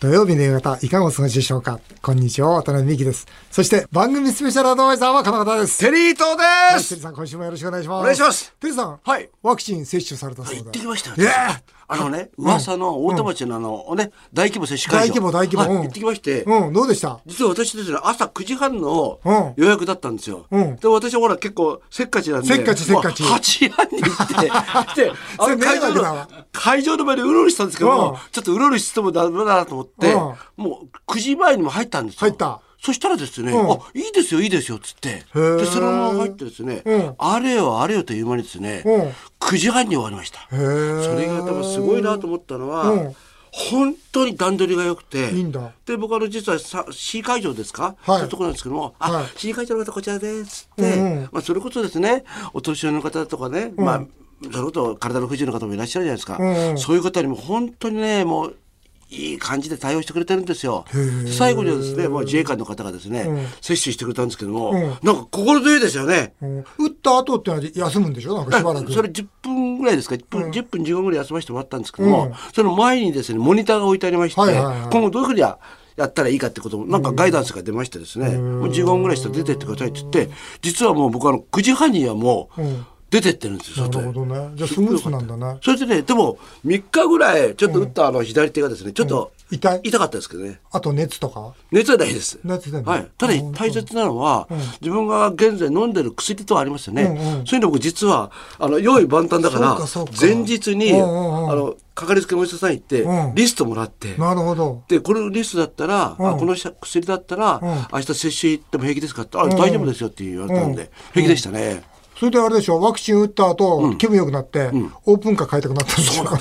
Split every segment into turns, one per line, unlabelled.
土曜日の夕方、いかがお過ごしでしょうかこんにちは、渡辺美希です。そして、番組スペシャルアドバイザーはこの方です。
テリート
はい
で
テ
す
リーさん、今週もよろしくお願いします。
お願いします。
テリーさん、
はい
ワクチン接種されたそうで。
行ってきましたよ
いや
あのね、噂の大手町のあの、ね、大規模接種会
大規
場。
模、大規模。
はい
うん
行ってきまして、
うん、どうでした
実は私ですね、朝9時半の
うん
予約だったんですよ。
うん
で、私はほら結構せっかちなんで。
せっかちせっかち
もう8時半に 行って、で、あの
迷
会場
惑だわ
の、会場の前でうろうろしたんですけども、
うん
ちょっとうろうろしてもダメだなと思って、
うん
もう9時前にも入ったんですよ。
入った。
そしたらですね、
うん
あ、いいですよ、いいですよ、つって。
ー
で、そのまま入ってですね、
うん
あれよ、あれよという間にですね、
うん
9時半に終わりました。
へー
それが多分すごいなと思ったのは、
うん
本当に段取りが良くて
いいんだ
で僕あの実はさ C 会場ですか、
はい
そういうところなんですけども「あ、
はい
C 会場の方こちらです」って、
うんうん
まあ、それこそですねお年寄りの方とかね、まあそれこそ体の不自由な方もいらっしゃるじゃないですか、
うんうん
そういう方にも本当にねもういい感じで対応してくれてるんですよ。最後にはですね、まあ、自衛官の方がですね、接種してくれたんですけども、
うん
なんか心強いですよね。
うん打った後ってのは休むんでしょなんかしばらく。
それ10分ぐらいですか10分,、10分15分ぐらい休ませてもらったんですけど
う
も、
ん
その前にですねモニターが置いてありまして、
はいはいはい
今後どういうふうにやったらいいかってこともなんかガイダンスが出ましてですね、もう15分ぐらいしたら出てってくださいって言って実はもう僕あの9時半にはもう
うん
出てってるんですよ、
な
外へ
るほどね。じゃあ、スムーズなんだね。
それでねでも3日ぐらいちょっと打ったあの左手がですねちょっと
うん痛い
痛かったですけどね
あと、熱とか
熱はないです。
熱でも
はい。ただ
あ本当
大切なのは、自分が現在飲んでる薬とはありますよね。
うんうん
そういうの僕実は、あの、用意万端だから、
そうかそうか
前日に、
うんうんうん
あの、かかりつけのお医者さん行って、
うん
リストもらって、
なるほど。
で、これリストだったら、
うん
あこのしゃ薬だったら、
うん
明日接種行っても平気ですかって、あ、
ん
大丈夫ですよって言われたんで、
うん
平気でしたね。
それであれでしょ、ワクチン打った後、気分良くなって、オープンカー買いたくなったんでしょ。なん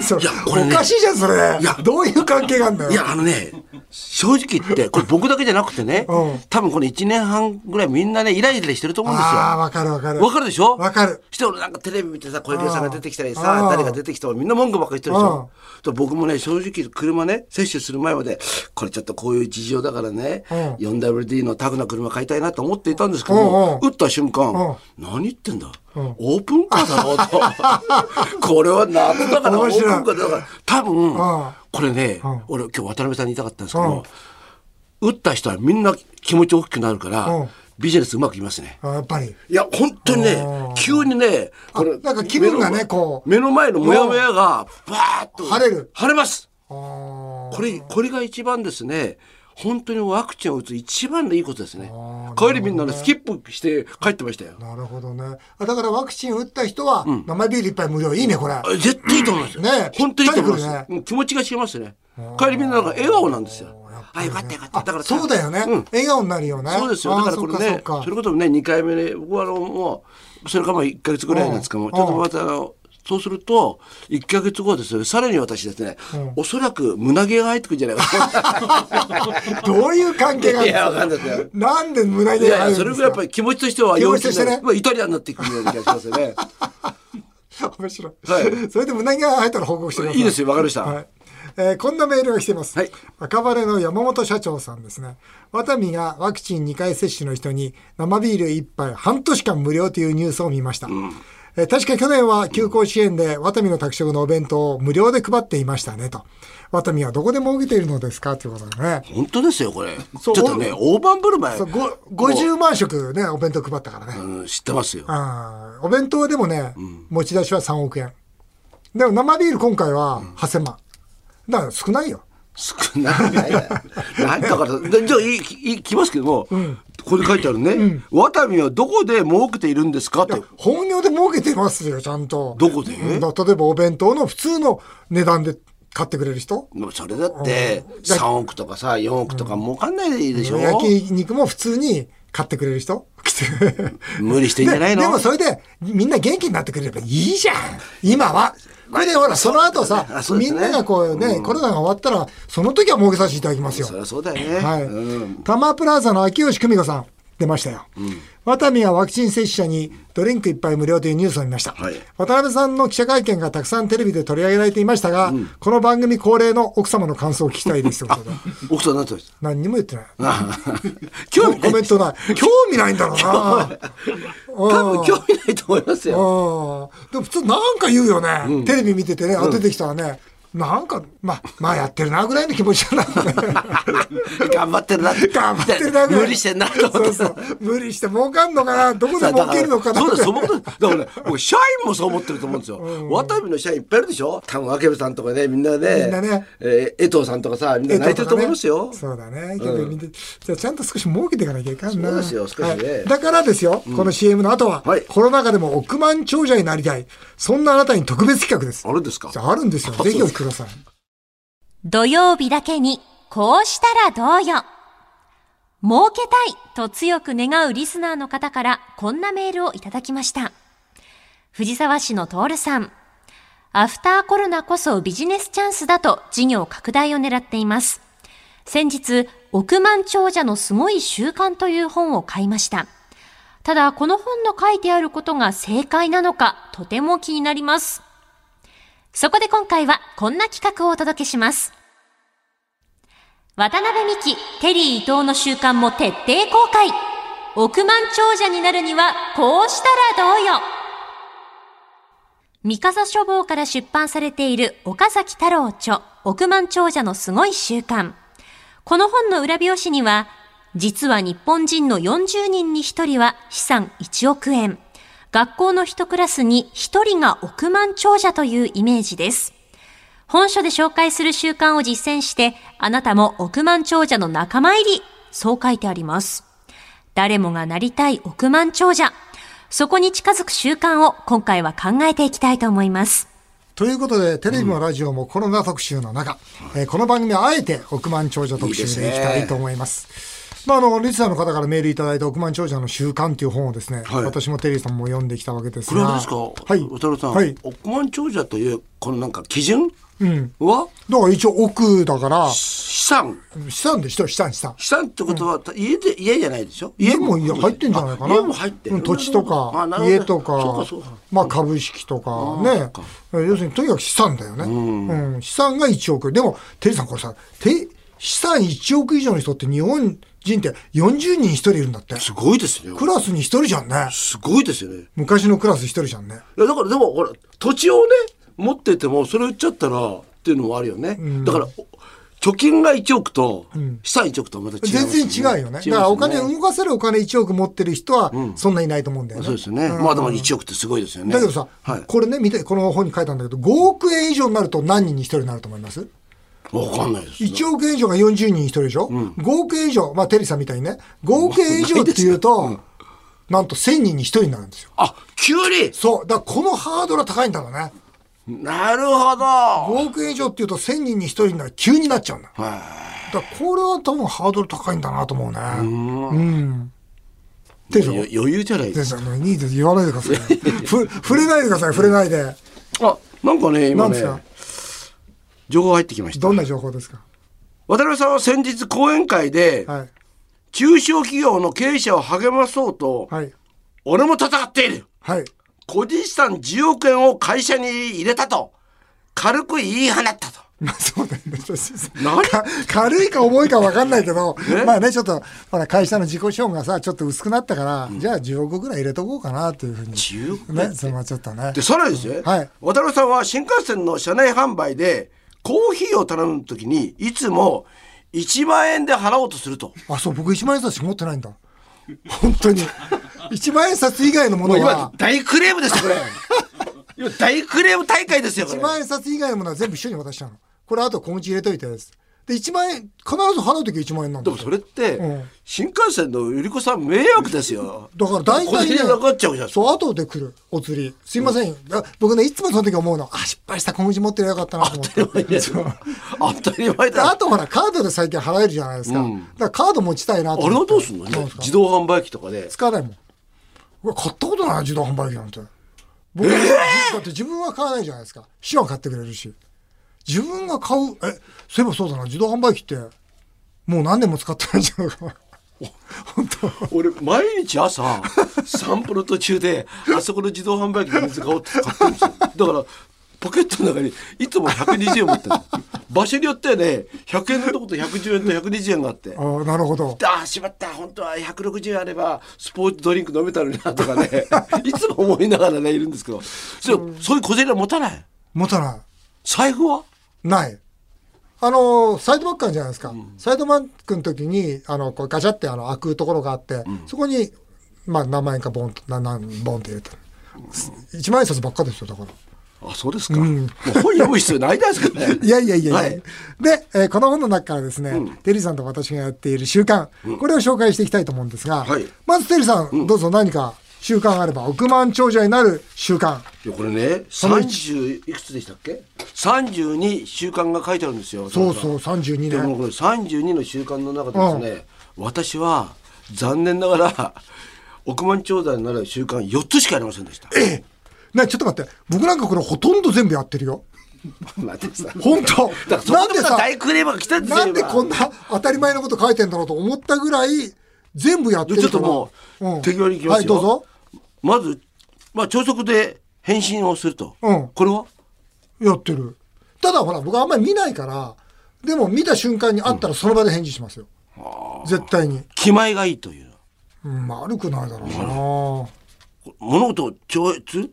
ですよ
いやこれね
おかしいじゃん、それ。
いや
どういう関係があるんだよ。
いや、あのね、正直言って、これ僕だけじゃなくてね、
うん
多分この1年半ぐらいみんなね、イライラしてると思うんですよ。
ああ、わかるわかる。
わかるでしょ
わかる。
して俺なんかテレビ見てさ小池さんが出てきたり
あ
さ
ー
誰が出てきたりみんな文句ばっかり言ってるでしょと僕もね正直車ね接種する前までこれちょっとこういう事情だからね、4WD のタグな車買いたいなと思っていたんですけども、
うん
打った瞬間、
う
何言ってんだ、オープンカーだろ うとこれは夏だからオ
面
ープン
白い
カーだから多分
ん
これね、俺今日渡辺さんに言いたかったんですけど、打った人はみんな気持ち大きくなるから、
うん
ビジネスうまくいきますね。
あやっぱり。
いや、本当にね
あー、
急にね、これ、
なんか気分がね
目の
こう
目の前のモヤモヤが、ばーっと。
晴れる
晴れます。
あー
これ、これが一番ですね、本当にワクチンを打つ一番のいいことですね。帰りみんなね、スキップして帰ってましたよ。
なるほどね。あだからワクチン打った人は、生ビール一杯無料。いいね、これ。
あ絶対いいと思いますよ。
ねえ
本当にいいと思い
ぴったり
ま
く
す。もう気持ちが違いますね。帰りみんななんか笑顔なんですよ。あ、よかったよかった。だから
そうだよね、
うん
笑顔になるよね。
そうですよ。だからこれ
あーそ
ね
っ、か
そ
そっか
れこそね、2回目で、僕はあの、もう、それからまあ1ヶ月ぐらいなんですけども、
うん
ちょっとまたあの、そうすると、1ヶ月後はですね、さらに私ですね、おそらく胸毛が入ってくるんじゃないか
どう いう関係がある
な。い
んで
や、わ
す
か
か
んないですよ。
なんで胸
い
毛が
や
入
いや、
る
そ
ん
れ
です
ぐらいやっぱ
か
り気持ちとしては、
気持ちとしてね
まあ、イタリアンになっていくるような気がします よね。
面白い。
はい
それで胸毛が入ったら報告してください。
いいですよ、わかりました。
はいえーこんなメールが来てます、
はい
赤羽の山本社長さんですねワタミがワクチン2回接種の人に生ビール1杯半年間無料というニュースを見ました、えー確か去年は休校支援でワタミの宅食のお弁当を無料で配っていましたねとワタミはどこで儲けているのですかということでね
本当ですよ、これ。ちょ
う
っとね、大盤振る舞い。
そうご50万食ねお弁当配ったからね、
うん、知ってますよ。
あーお弁当でもね、持ち出しは3億円でも生ビール今回は8000万だから少ないよ
少ないな。なんだから、でじゃあ、いい、いきますけども、ここに書いてあるね、ワタミはどこで儲けているんですかって。
本業で儲けてますよ、ちゃんと。
どこで
うんだ例えばお弁当の普通の値段で買ってくれる人
まあそれだって、3億とかさ、4億とか儲かんないでしょ
焼肉も普通に買ってくれる人
無理していいんじゃない
で
の
でもそれでみんな元気になってくれればいいじゃん今は。これでほら、その後さ、
あそうで
み
す
ん
ね
ながこうね、コロナが終わったら、その時は儲けさせていただきますよ
そ。りゃそうだよね。
はい。
うん
タマープラザの秋吉久美子さん、出ましたよ。ワタミはワクチン接種者にドリンク一杯無料というニュースを見ました。
はい
渡辺さんの記者会見がたくさんテレビで取り上げられていましたが、この番組恒例の奥様の感想を聞きたい ですということで
奥さんなんて言うんですか
何にも言ってない。
ああ興味な
コ
い
メ。ント ない。興味ないんだろうな。
多分興味ないと思いますよ。
ああ。でも普通なんか言うよね。テレビ見ててね、当ててきたらね、なんか、まあ、まあやってるなぐらいの気持ち だな。
頑張ってるなって。
頑張ってるなぐらい。
無理してんなと
そ
思
う
って
そう。無理して儲かんのかなどこで儲けるのかな
そうだ、そう
っ
思ってる。だからね、僕、社員もそう思ってると思うんですよ。渡部の社員いっぱいいるでしょ多分、明部さんとかね、みんなね。
みんなね
えー江藤さんとかさ、みんな
て
泣いてると思いますよ。
そうだね。けどみんなじゃあちゃんと少し儲けていかなきゃいかんな。
そうですよ少しね
はいだからですよ、この CM の後は
はい、
コロナ禍でも億万長者になりたい。そんなあなたに特別企画です。
あれですか
じゃああるんですよ。
あ
ぜひ
そう
お聞
で
き
す
ください。
土曜日だけに、こうしたらどうよ。儲けたいと強く願うリスナーの方からこんなメールをいただきました。藤沢市のトールさん。アフターコロナこそビジネスチャンスだと事業拡大を狙っています。先日、億万長者のすごい習慣という本を買いました。ただ、この本の書いてあることが正解なのか、とても気になります。そこで今回はこんな企画をお届けします。渡辺美希、テリー伊藤の習慣も徹底公開。億万長者になるにはこうしたらどうよ。三笠書房から出版されている岡崎太郎著億万長者のすごい習慣。この本の裏表紙には、実は日本人の40人に1人は資産1億円。学校の一クラスに1人が億万長者というイメージです。本書で紹介する習慣を実践して、あなたも億万長者の仲間入り。そう書いてあります。誰もがなりたい億万長者。そこに近づく習慣を今回は考えていきたいと思います。
ということで、テレビもラジオもコロナ特集の中、えーこの番組はあえて億万長者特集でいきたいと思います。まあ、あの、リスナーの方からメールいただいた億万長者の習慣という本をですね、
はい
私もテリーさんも読んできたわけです
これ
が。
はどうですか
はい。
渡辺さん、
はい。
億万長者という、このなんか基準は、
だから一応奥だから、
資産。
資産でしょ、資産、資産。
資産ってことは、家で、家じゃないでしょ
家もいや入ってんじゃないかな。
あ家も入って
う
る
ん土地と
あ
か
なる、ほど
家とか、
そうかそうか
まあ株式とかね。要するにとにかく資産だよね。うん資産が1億。でも、テリーさんこれさ、て資産1億以上の人って日本人って40人に1人いるんだって。
すごいですね。
クラスに1人じゃんね。
すごいですよね。
昔のクラス1人じゃんね。
いやだからでもほら土地をね持っててもそれ売っちゃったらっていうのもあるよね、だからお貯金が1億と資産1億とはまた違う、
全然違うよね。だからお金、動かせるお金1億持ってる人はそんないないと思うんだよね。
そうですよね、まあでも1億ってすごいですよね
だけどさ、
はい、
これね、見て、この本に書いたんだけど、5億円以上になると何人に1人になると思います
わかんないですね
?1 億円以上が40人に1人でしょ、?5 億円以上、まあテリーさんみたいにね、5億円以上っていうと、なんと1000人に1人になるんですよ。
あ急に
そう。だからこのハードルは高いんだろうね。
なるほど
5億円以上っていうと1000人に1人になる、急になっちゃうんだ。だか
は
らこれは多分ハードル高いんだなと思うね。うん。テ
い
リーさん
よ
は。
余裕じゃな
テ
いで
リー
すか
さん、いいです。言わないでください。ふ触れないでください、触れないで。
あなんかね今
何です
ね
か
情報入ってきました
どんな情報ですか
渡辺さんは先日講演会で、
はい。
中小企業の経営者を励まそうと、
はい。
俺も戦っている
はい。
個人資産10億円を会社に入れたと、軽く言い放ったと。
まあそうだよね。そうそうそう
何
か軽いか重いか分かんないけど
え、
まあね、ちょっと、ほら、会社の自己資本がさ、ちょっと薄くなったから、じゃあ10億ぐらい入れとこうかなっていうふうに。
10億
ね、それはちょっとね。
で、さらにですね、
はい
渡辺さんは新幹線の車内販売で、コーヒーを頼むときに、いつも1万円で払おうとすると。
あ、そう、僕1万円札しか持ってないんだ。本当に。1万円札以外のもの
もう今
は、、
大クレームですよ、これ。 今、大クレーム大会ですよ、こ
1
れ。
万円札以外のものは全部一緒に渡したの。これあと小口入れといてです。で、1万円、必ず払うときは1万円なん
で
だ
も。それって、
うん
新幹線の売り子さん迷惑ですよ。
だから大
小
体
銭
ね、
でなくなっちゃうじゃん。
そう、 後で来る、お釣り。すいません。あ僕ね、いつもその時思うの。あ、失敗した、小口持ってりゃよかったなと思って。
当たり前
で
だ。
あとほら、カードで最近払えるじゃないですか。だからカード持ちたいなと
あれ
思
は
って。
どうすんの
どうですか
自動販売機とかで。
使わないもん。うわ買ったことない、自動販売機なんて。僕、だって自分は買わないじゃないですか。市は買ってくれるし。自分が買う、え、そういえばそうだな、自動販売機って、もう何年も使ってないんじゃないかな。本当。
俺毎 日朝散歩の途中であそこの自動販売機で水買おうって買ってるんですよだからポケットの中にいつも120円持ってる場所によってはね100円のとこと110円と120円があって
あーなるほど。
ああしまった本当は160円あればスポーツドリンク飲めたのになとかね いつも思いながらねいるんですけどそれそういう小銭は持たない
持たない。
財布は
ない。あの、サイドバックあるじゃないですか。サイドバックの時に、あの、こうガチャってあの開くところがあって、そこに、まあ何万円かボンと、ななんボンって入れて。一万円札ばっかですよ、だから。
あ、そうですか。もう本読む必要ないですけどね。
いやいやいやいや、
はい
で、えーこの本の中からですね、テリーさんと私がやっている習慣、これを紹介していきたいと思うんですが、
はい
まずテリーさん、どうぞ何か習慣があれば億万長者になる習慣。
いやこれね、三十いくつでしたっけ？三十二週間が書いてあるんですよ。
そうそう、32
でも
年。
これ三十二の習慣の中でですね、私は残念ながら 億万長者になる習慣四つしかありませんでした。え
ね、ちょっと待って、僕なんかこれほとんど全部やってるよ。
待ってさ。
本当
だからそ
なん
こ
で
でまた
さ、
大クレームが来たんですよ。
なんでこん
な。
な当たり前のこと書いてんだろうと思ったぐらい、全部やって
ち
るか
ょ
ら
っとも
ん
う適当にいきますよ。
はい、どうぞ。。
まずまあ朝食で返信をすると。
うん
これは
やってる。ただほら、僕あんまり見ないから、でも見た瞬間にあったらその場で返事しますよ。絶対に。
気前がいいという。
うん、まあ悪くないだろうな。
物事を超越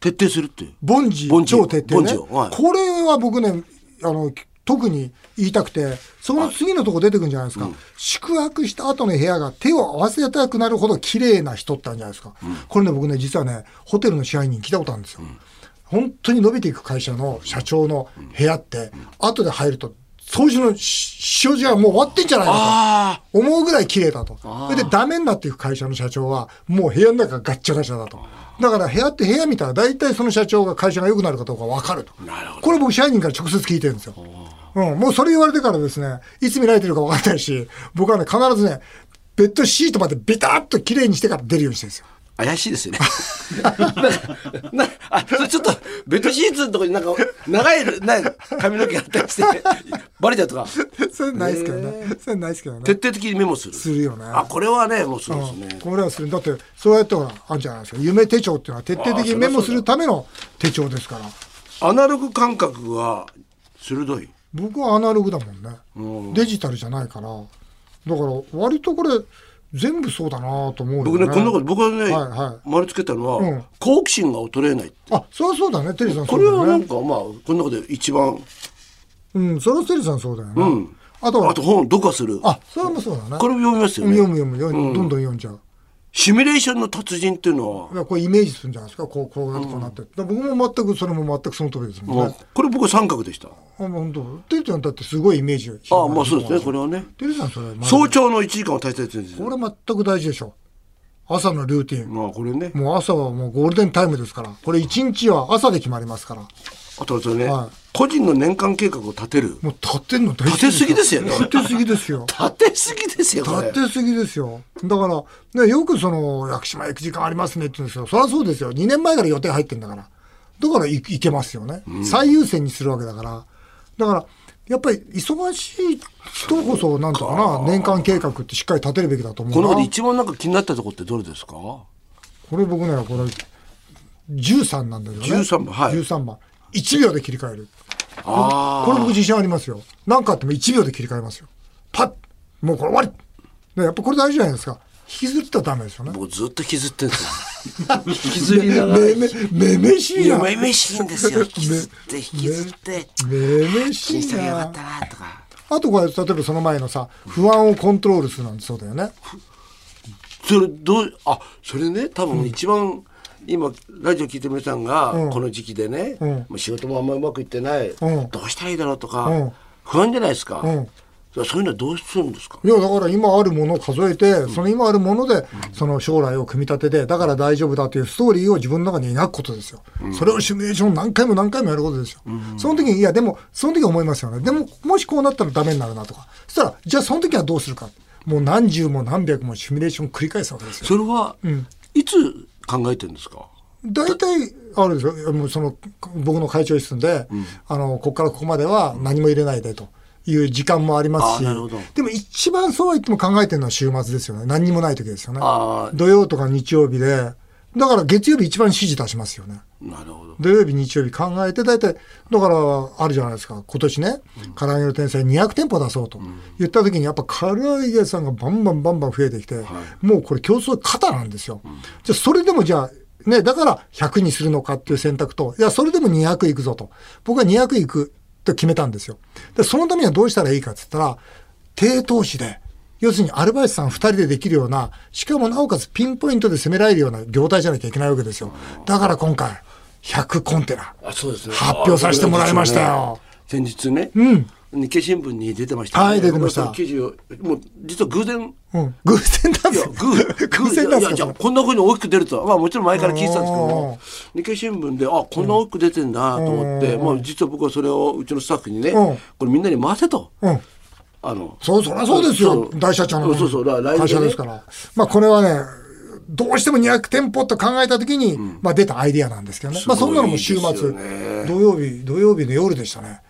徹底するっていう。
ボンジ
ボンジ
超徹底ね。
ボンジはい
これは僕ね、あの、特に言いたくて、その次のとこ出てくるんじゃないですか。宿泊した後の部屋が手を合わせたくなるほど綺麗な人ってあるんじゃないですか。これね、僕ね、実はね、ホテルの支配人聞いたことあるんですよ。本当に伸びていく会社の社長の部屋って、後で入ると、掃除のし塩地はもう終わってんじゃないのか。
あ
思うぐらい綺麗だと。それでダメになっていく会社の社長は、もう部屋の中がガッチャガチャだと。だから部屋って部屋見たら大体その社長が会社が良くなるかどうか分かると。
なるほど
これ僕社員から直接聞いてるんですよ。うん、もうそれ言われてからですね、いつ見られてるか分かんないし、僕はね、必ずね、ベッドシートまでベターっと綺麗にしてから出るようにしてるんですよ。
あ。怪しいですよね。 ななあそれちょっとベッドシーツのとこになんか長いな髪の毛があったりしてバレちゃうとか
それないですけどね。それないですけどね
徹。底的にメモする。
するよね
あこれはねもうそうですね。
これはする。だって、そうやってほら、あるじゃないですか。夢手帳っていうのは徹底的にメモするための手帳ですから。
アナログ感覚が鋭い。
僕はアナログだもんね、デジタルじゃないからだから割とこれ全部そうだなと思うよ、ね、
僕ねこんなこと僕はね、
はいはい
丸つけたのは、
うん
好奇心が衰えない。
あそりゃそうだねテリーさん
こ
そう
れ
だよ
はなん
ね
かまあこんなことで一番
うんそれはテリーさんそうだよね、
うん
あとは
あと本を読破する。
あそれもそうだね
これも読みますよね。
読む読む読む、どんどん読んじゃう
シミュレーションの達人っていうのは
だからこれイメージするんじゃないですかこうこうなってこうなって、だから僕も全くそれも全くその通りですもん
も
ね
う、これ僕は三角でした。あ
あ本当テリーさんだってすごいイメージ
あ、まあそうですね、これ
は
はね。
テリーさんそれはまだ
早朝の1時間を大切にする。
これ全く大事でしょ朝のルーティン、
まあこれね。
もう朝はもうゴールデンタイムですから、これ一日は朝で決まりますから、
あとはそれね、
は
個人の年間計画を立てる。
もう立てんの大好き
立てすぎですよね
立てすぎですよ。
立てすぎですよ、これ。
立てすぎですよ。だから、ね、よくその、屋久島行く時間ありますねって言うんですよ。そりゃそうですよ。2年前から予定入ってんだから。だからい行けますよね。最優先にするわけだから。だから、やっぱり忙しい人こそ、なんとかな、年間計画ってしっかり立てるべきだと思
こ
う
の
な。
中
これ
で一番なんか気になったとこってどれですか
僕ね、これ、13なんだけどね。
13番はい
13番。1秒で切り替える。
あ
これ僕自信ありますよ。何かあっても1秒で切り替えますよ。パッもうこれ終わりねやっぱこれ大事じゃないですか。引きずったらダメですよね
あ。。僕ずっと引きずってんですよ。引きずりながら。
めめ、めめしいな。
夢々しいんですよ。引きずって、引きずって。
めめし
気にし
い
たらよか
な
っ。たな、とか。
あとこれ、例えばその前のさ、不安をコントロールするなんてそうだよね。
それどうあそれね多分一番、今ラジオ聞いてる皆さんが、
うん
この時期でね、
うん
もう仕事もあんまうまくいってない、
ん
どうしたらいいだろうとか、
うん
不安じゃないですか、
うん
そういうのはどうするんですか
いや、だから今あるものを数えて、その今あるもので、その将来を組み立てて、だから大丈夫だというストーリーを自分の中に描くことですよ。それをシミュレーション何回も何回もやることですよ。その時に、いや、でも、その時思いますよね。でも、もしこうなったらダメになるなとか。そしたら、じゃあその時はどうするか。もう何十も何百もシミュレーション繰り返すわけですよ。
それは、いつ考えてるんですか
大体、あるでしょ。もうその、僕の会長室で、あの、ここからここまでは何も入れないでと。いう時間もありますし
あなるほど、
でも一番そうは言っても考えてるのは週末ですよね。何にもない時ですよね。
あ
土曜とか日曜日で、だから月曜日一番指示出しますよね。
あなるほど
土曜日、日曜日考えて、大体、だから、あるじゃないですか。今年ね、唐揚げの天才200店舗出そうと言った時に、やっぱ唐揚げ屋さんがバンバンバンバン増えてきて、もうこれ競争肩なんですよ。じゃあ、それでもじゃあ、ね、だから100にするのかっていう選択と、いや、それでも200いくぞと。僕は200いく。っと決めたんですよ。で、そのためにはどうしたらいいかって言ったら、低投資で、要するにアルバイトさん2人でできるような、しかもなおかつピンポイントで攻められるような業態じゃなきゃいけないわけですよ。だから今回、100コンテナ。
あそうですね
発表させてもらいましたよ。
先日ね、日経新聞に出てました、
はい出てました
僕はその記事をもう実は偶然
うん。偶然なん
い
で
や
すよ。
偶
偶然なん
い
で
や
す
いや
よ。
こんなふうに大きく出るとはまあもちろん前から聞いてたんですけども日経新聞であこんな大きく出てんだと思って、まあ、実は僕はそれをうちのスタッフにね、
うん
これみんなに回せと。
うん。
あの
そう、そりゃそうですよ。
そう
大社長のね、
そうそうだからライブでね
会社ですから。まあ、これはね、どうしても200店舗と考えたときに、まあ、出たアイディアなんですけどね。まあ、そんなのも週
すご
末、
いですよね
土曜日、土曜日の夜でしたね。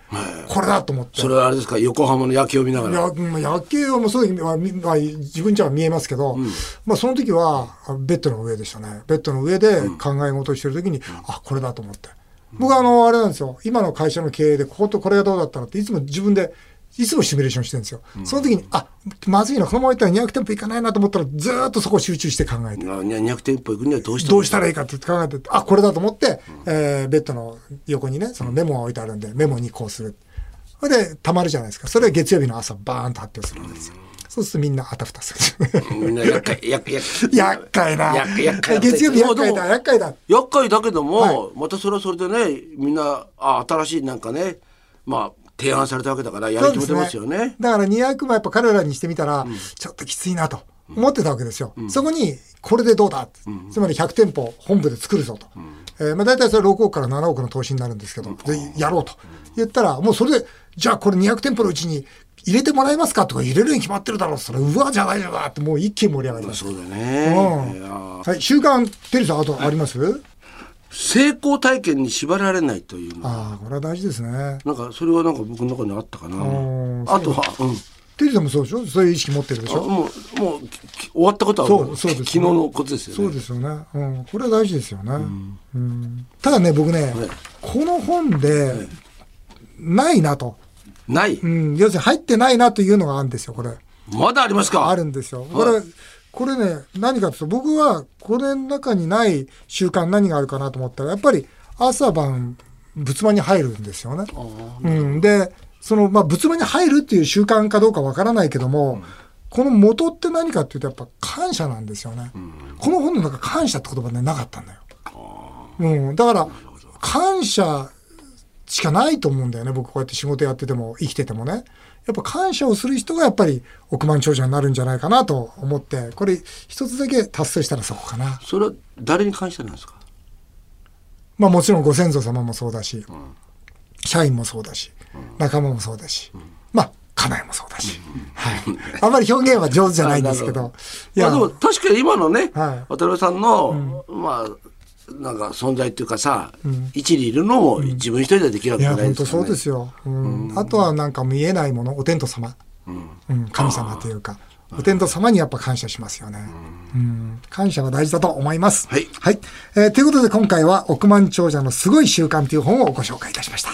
これだと思って。
それはあれですか横浜の野球を見なが
い
ら
や、まあ、夜景はもうその時は、みまあ、自分じゃ見えますけど、まあその時はあベッドの上でしたね。ベッドの上で考え事をしてる時に、あ、これだと思って。僕はあの、あれなんですよ。今の会社の経営で、こことこれがどうだったのって、いつも自分で、いつもシミュレーションしてるんですよ。その時に、あ、まずいな、このままいったら200店舗いかないなと思ったら、ずーっとそこ集中して考えて、
な200店舗行くにはどうした
どうしたらいいかって考えて、あ、これだと思って、えーベッドの横にね、そのメモが置いてあるんで、メモにこうする。それで、溜まるじゃないですか。それで月曜日の朝、バーンと発表するわけですよ。そうするとみんなあたふたする。
みんな厄介厄介
厄介な。
厄介厄介だ
月曜日厄介
で
だ、
も
厄介だ。
厄介だけども、
は
またそれはそれでねみんなあ新しいなんかねまあ提案されたわけだからやり決めてますよ
そうで
ね
す。だから200もやっぱ彼らにしてみたら、ちょっときついなと思ってたわけですよ。そこに、これでどうだ、つまり100店舗本部で作るぞと。えーまあ、大体それ6億から7億の投資になるんですけど、でやろうと言ったら、もうそれで、じゃあこれ200店舗のうちに入れてもらえますかとか入れるに決まってるだろうそれ、うわ、じゃないじゃないってもう一気に盛り上がりまし
そうだ
た。
ね、
うん
いやー
はい、週刊テリーさん、あとあります、
成功体験に縛られないというのは
ああ、これは大事ですね。
なんかそれはなんか僕の中にあったかな
ー
あとはうん
テリーさんもそうでしょそういう意識持ってるでし
あ
ょ
もうもうきき終わったことは
そう
も
そうですね
き昨日のことですよね
そうですよね。うん、これは大事ですよね。うんただね、僕ね、この本で、ないなと、
ない、
うん、要するに入ってないなというのがあるんですよ、これ。
まだありますか
あるんですよ。これ、
はい
これね、何かというと、僕はこれの中にない習慣何があるかなと思ったら、やっぱり朝晩、仏間に入るんですよね。うん、で、その、まあ、仏間に入るっていう習慣かどうかわからないけども、この元って何かっていうと、やっぱ感謝なんですよね。この本の中、感謝って言葉ね、なかったんだよ。うん、だから、感謝しかないと思うんだよね。僕こうやって仕事やってても、生きててもね。やっぱ感謝をする人がやっぱり億万長者になるんじゃないかなと思って、これ一つだけ達成したらそこかな。
それは誰に関してなんですか
まあもちろんご先祖様もそうだし、社員もそうだし、仲間もそうだし、まあ家内もそうだし、はい。あんまり表現は上手じゃないんですけ
あな
ど、い
いや、
や
まあ、、でも確かに今のね、
はい
渡辺さんの、まあなんか存在っていうかさ、一理いるのも自分一人ではできるわ
い
けじ
や
ゃない
本
です
当
か、ね、
そうですよ。うん。あとはなんか見えないもの、お天道様、うん、神様というか、お天道様にやっぱ感謝しますよね。うん、感謝が大事だと思います。
はい
はい。えーということで今回は億万長者のすごい習慣という本をご紹介いたしました。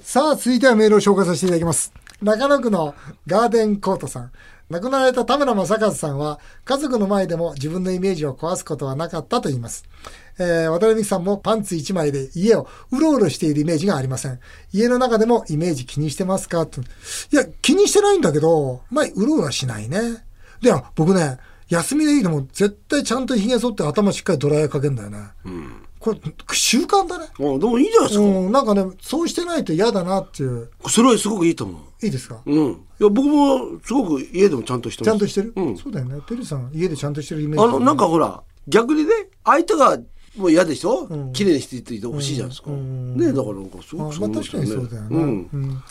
さあ、続いてはメールを紹介させていただきます。中野区のガーデンコートさん。亡くなられた田村正和さんは、家族の前でも自分のイメージを壊すことはなかったと言います。えー渡辺美樹さんもパンツ1枚で家をうろうろしているイメージがありません。家の中でもイメージ気にしてますかと。いや、気にしてないんだけど、まあ、うろうろはしないね。で、あ僕ね、休みの日でも絶対ちゃんと髭剃って頭しっかりドライヤーかけんだよね。これ、習慣だね。
うんでもいいじゃないですか、
うん、なんかね、そうしてないと嫌だなっていう。
それはすごくいいと思う
いいですか
うん、いや僕もすごく家でもちゃんとして
ち
ま
ゃん
す
としてる、
うん
そうだよね。てるさん、家でちゃんとしてるイメージ、
あのなんか、ほら逆にね相手がもう嫌でしょ、綺麗にしていてほしいじゃないですか、ねだからなんかす
あま
ご
あ
く
確かにそうだよね。
う
うんん、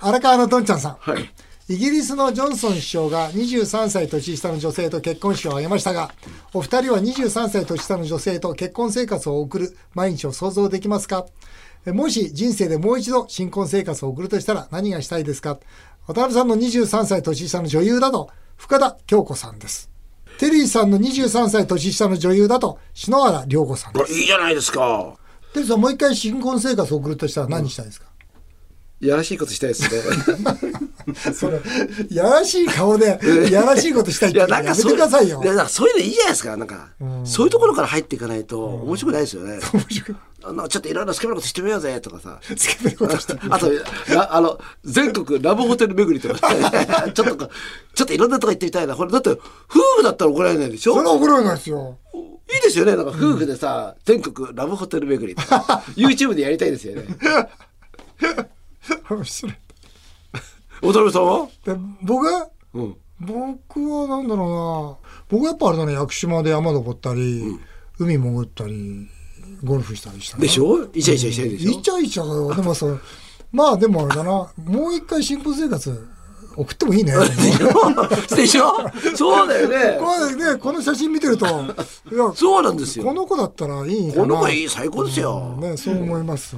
荒川のどんちゃんさん。
はい
イギリスのジョンソン首相が23歳年下の女性と結婚式を挙げましたが、お二人は23歳年下の女性と結婚生活を送る毎日を想像できますかえもし人生でもう一度新婚生活を送るとしたら何がしたいですか渡辺さんの23歳年下の女優だと、深田恭子さんです。テリーさんの23歳年下の女優だと、篠原涼子さん
ほ
です。
らいいじゃないですか
テリーさん、もう一回新婚生活を送るとしたら何したいですか、
やらしいことしたいですね
それ、やらしい顔で、やらしいことしたいっ
い
て言
や、
うのや
な
め
んか
て
そう
くださいよ
い。や、なんかそういうのいいじゃないですか。なんか、そういうところから入っていかないと面白くないですよね。
面白い
あのちょっといろいろスケベなことしてみようぜとかさ。
つけてることしてる。
あと、なあの、全国ラブホテル巡りとか、 ちょっとか、ちょっといろんなとこ行ってみたいな。これ、だって、夫婦だったら怒られないでしょ
それは怒られないですよ。
いいですよね。なんか夫婦でさ、全国ラブホテル巡りとか、YouTube でやりたいですよね。
面白い。
渡辺さんは
で僕は、
うん。
僕はなんだろうな僕はやっぱあれだね屋久島で山登ったり、海潜ったりゴルフしたりしたな
でしょイチャイチャしてるでしょ、
イチャイチャだよでもそうまあでもあれだなもう一回新婚生活送っても いいね
でしょ そうだよね
こ。れねこの写真見てるといや
そうなんですよ。
この子だったらいいかな
この子いい、最高ですよ。
ねそう思います、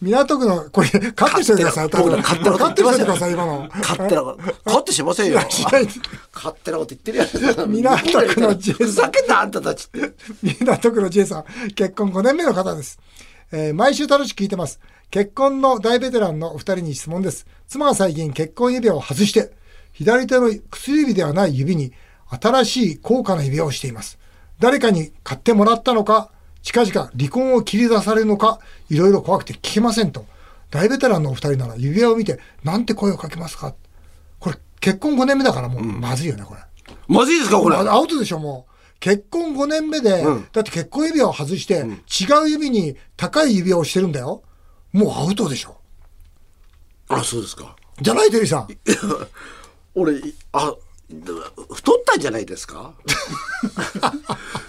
港区のこれカットしておいてください
僕ら勝手なこと
カッ
言って
ト
ま
しておいて
せん
ください今の
勝手なこと。勝手しませんよ。
しない
勝手なこと言ってるやつ。
港区のジェイソン
ふざけんな、あんたたちって。
港区の J さん、結婚5年目の方です。えー毎週楽しく聞いてます。結婚の大ベテランのお二人に質問です。妻が最近結婚指輪を外して、左手の薬指ではない指に新しい高価な指輪をしています。誰かに買ってもらったのか、近々離婚を切り出されるのか、いろいろ怖くて聞けませんと。大ベテランのお二人なら指輪を見て、なんて声をかけますかこれ、結婚5年目だからもう、まずいよね、これ。
まずいですか、これ。
あアウトでしょ、もう。結婚5年目で、だって結婚指輪を外して、違う指に高い指輪をしてるんだよ。もうアウトでしょ。
あ、そうですか。
じゃない、テリーさん。
俺、あ、太ったんじゃないですか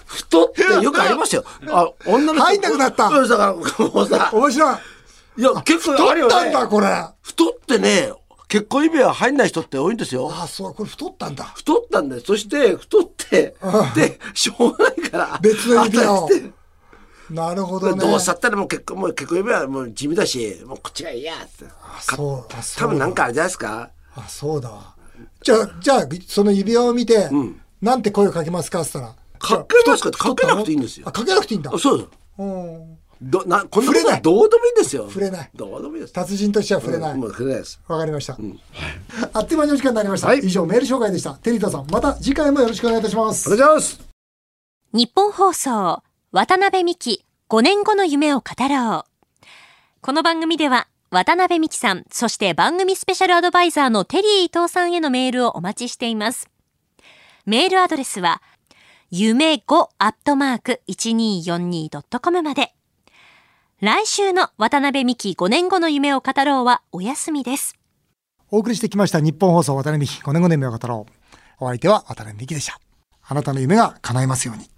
太ってよくありますよ。あ、女の人。
入んなくなった
うんだから、もうさ、
面白い。
いや、結構あ
太
るよ
っ
ね。
たんだ、これ。あ、
太ってね、結婚指輪入んない人って多いんですよ。
そう、これ太ったんだ。
太ったんだよ。そして、太って、で、しょうがないから。
別の指輪を
新しくて
なるほ
ど
どね。
うしたったらもう結婚、もう結婚指輪はもう地味だし、もうこっちがいいやって。
あ、そう、あ、そう。
多分なん。かあれじゃないですか。
あ、そうだわ。じゃあ、じゃあ、その指輪を見て、なんて声をかけますかって言ったら。
かけますかってかけなくていいんですよ
あ、。かけなくていいんだ
あ。そうです。
うん。
どなこん
触
なこ
れ
と
ない
はどうでもいいんですよ。
触れない
どうでもいいです。
達人としては触れない。
もう触れないです。
わかりました。あっという間にお時間になりました。以上、メール紹介でした。テリータさん、また次回もよろしくお願いいたします。
願いします。
日本放送、渡辺美希、5年後の夢を語ろう。この番組では、渡辺美希さん、そして番組スペシャルアドバイザーのテリー伊藤さんへのメールをお待ちしています。メールアドレスは、夢5アットマーク 1242.com まで。来週の渡辺美希5年後の夢を語ろうはお休みです。
お送りしてきました、日本放送渡辺美希、5年後の夢を語ろう。お相手は渡辺美希でした。あなたの夢が叶いますように。